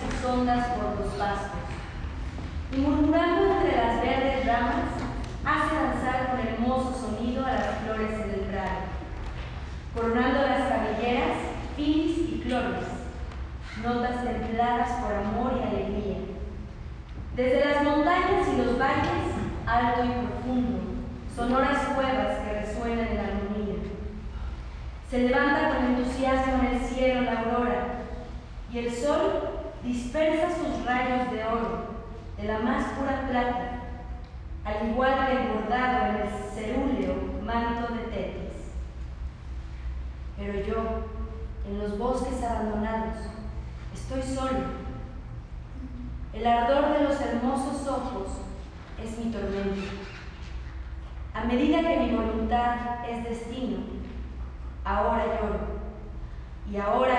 cubiertas por los pastos. Y murmurando entre las verdes ramas, hace danzar con hermoso sonido a las flores en el prado. Coronando las cabelleras, filis y clones, notas templadas por amor y alegría. Desde las montañas y los valles, alto y profundo, sonoras cuevas que resuenan en la armonía. Se levanta con entusiasmo en el cielo la aurora, y el sol dispersa sus rayos de oro, de la más pura plata, al igual que el bordado en el cerúleo manto de Tetis. Pero yo, en los bosques abandonados, estoy solo. El ardor de los hermosos ojos es mi tormento. A medida que mi voluntad es destino, ahora lloro y ahora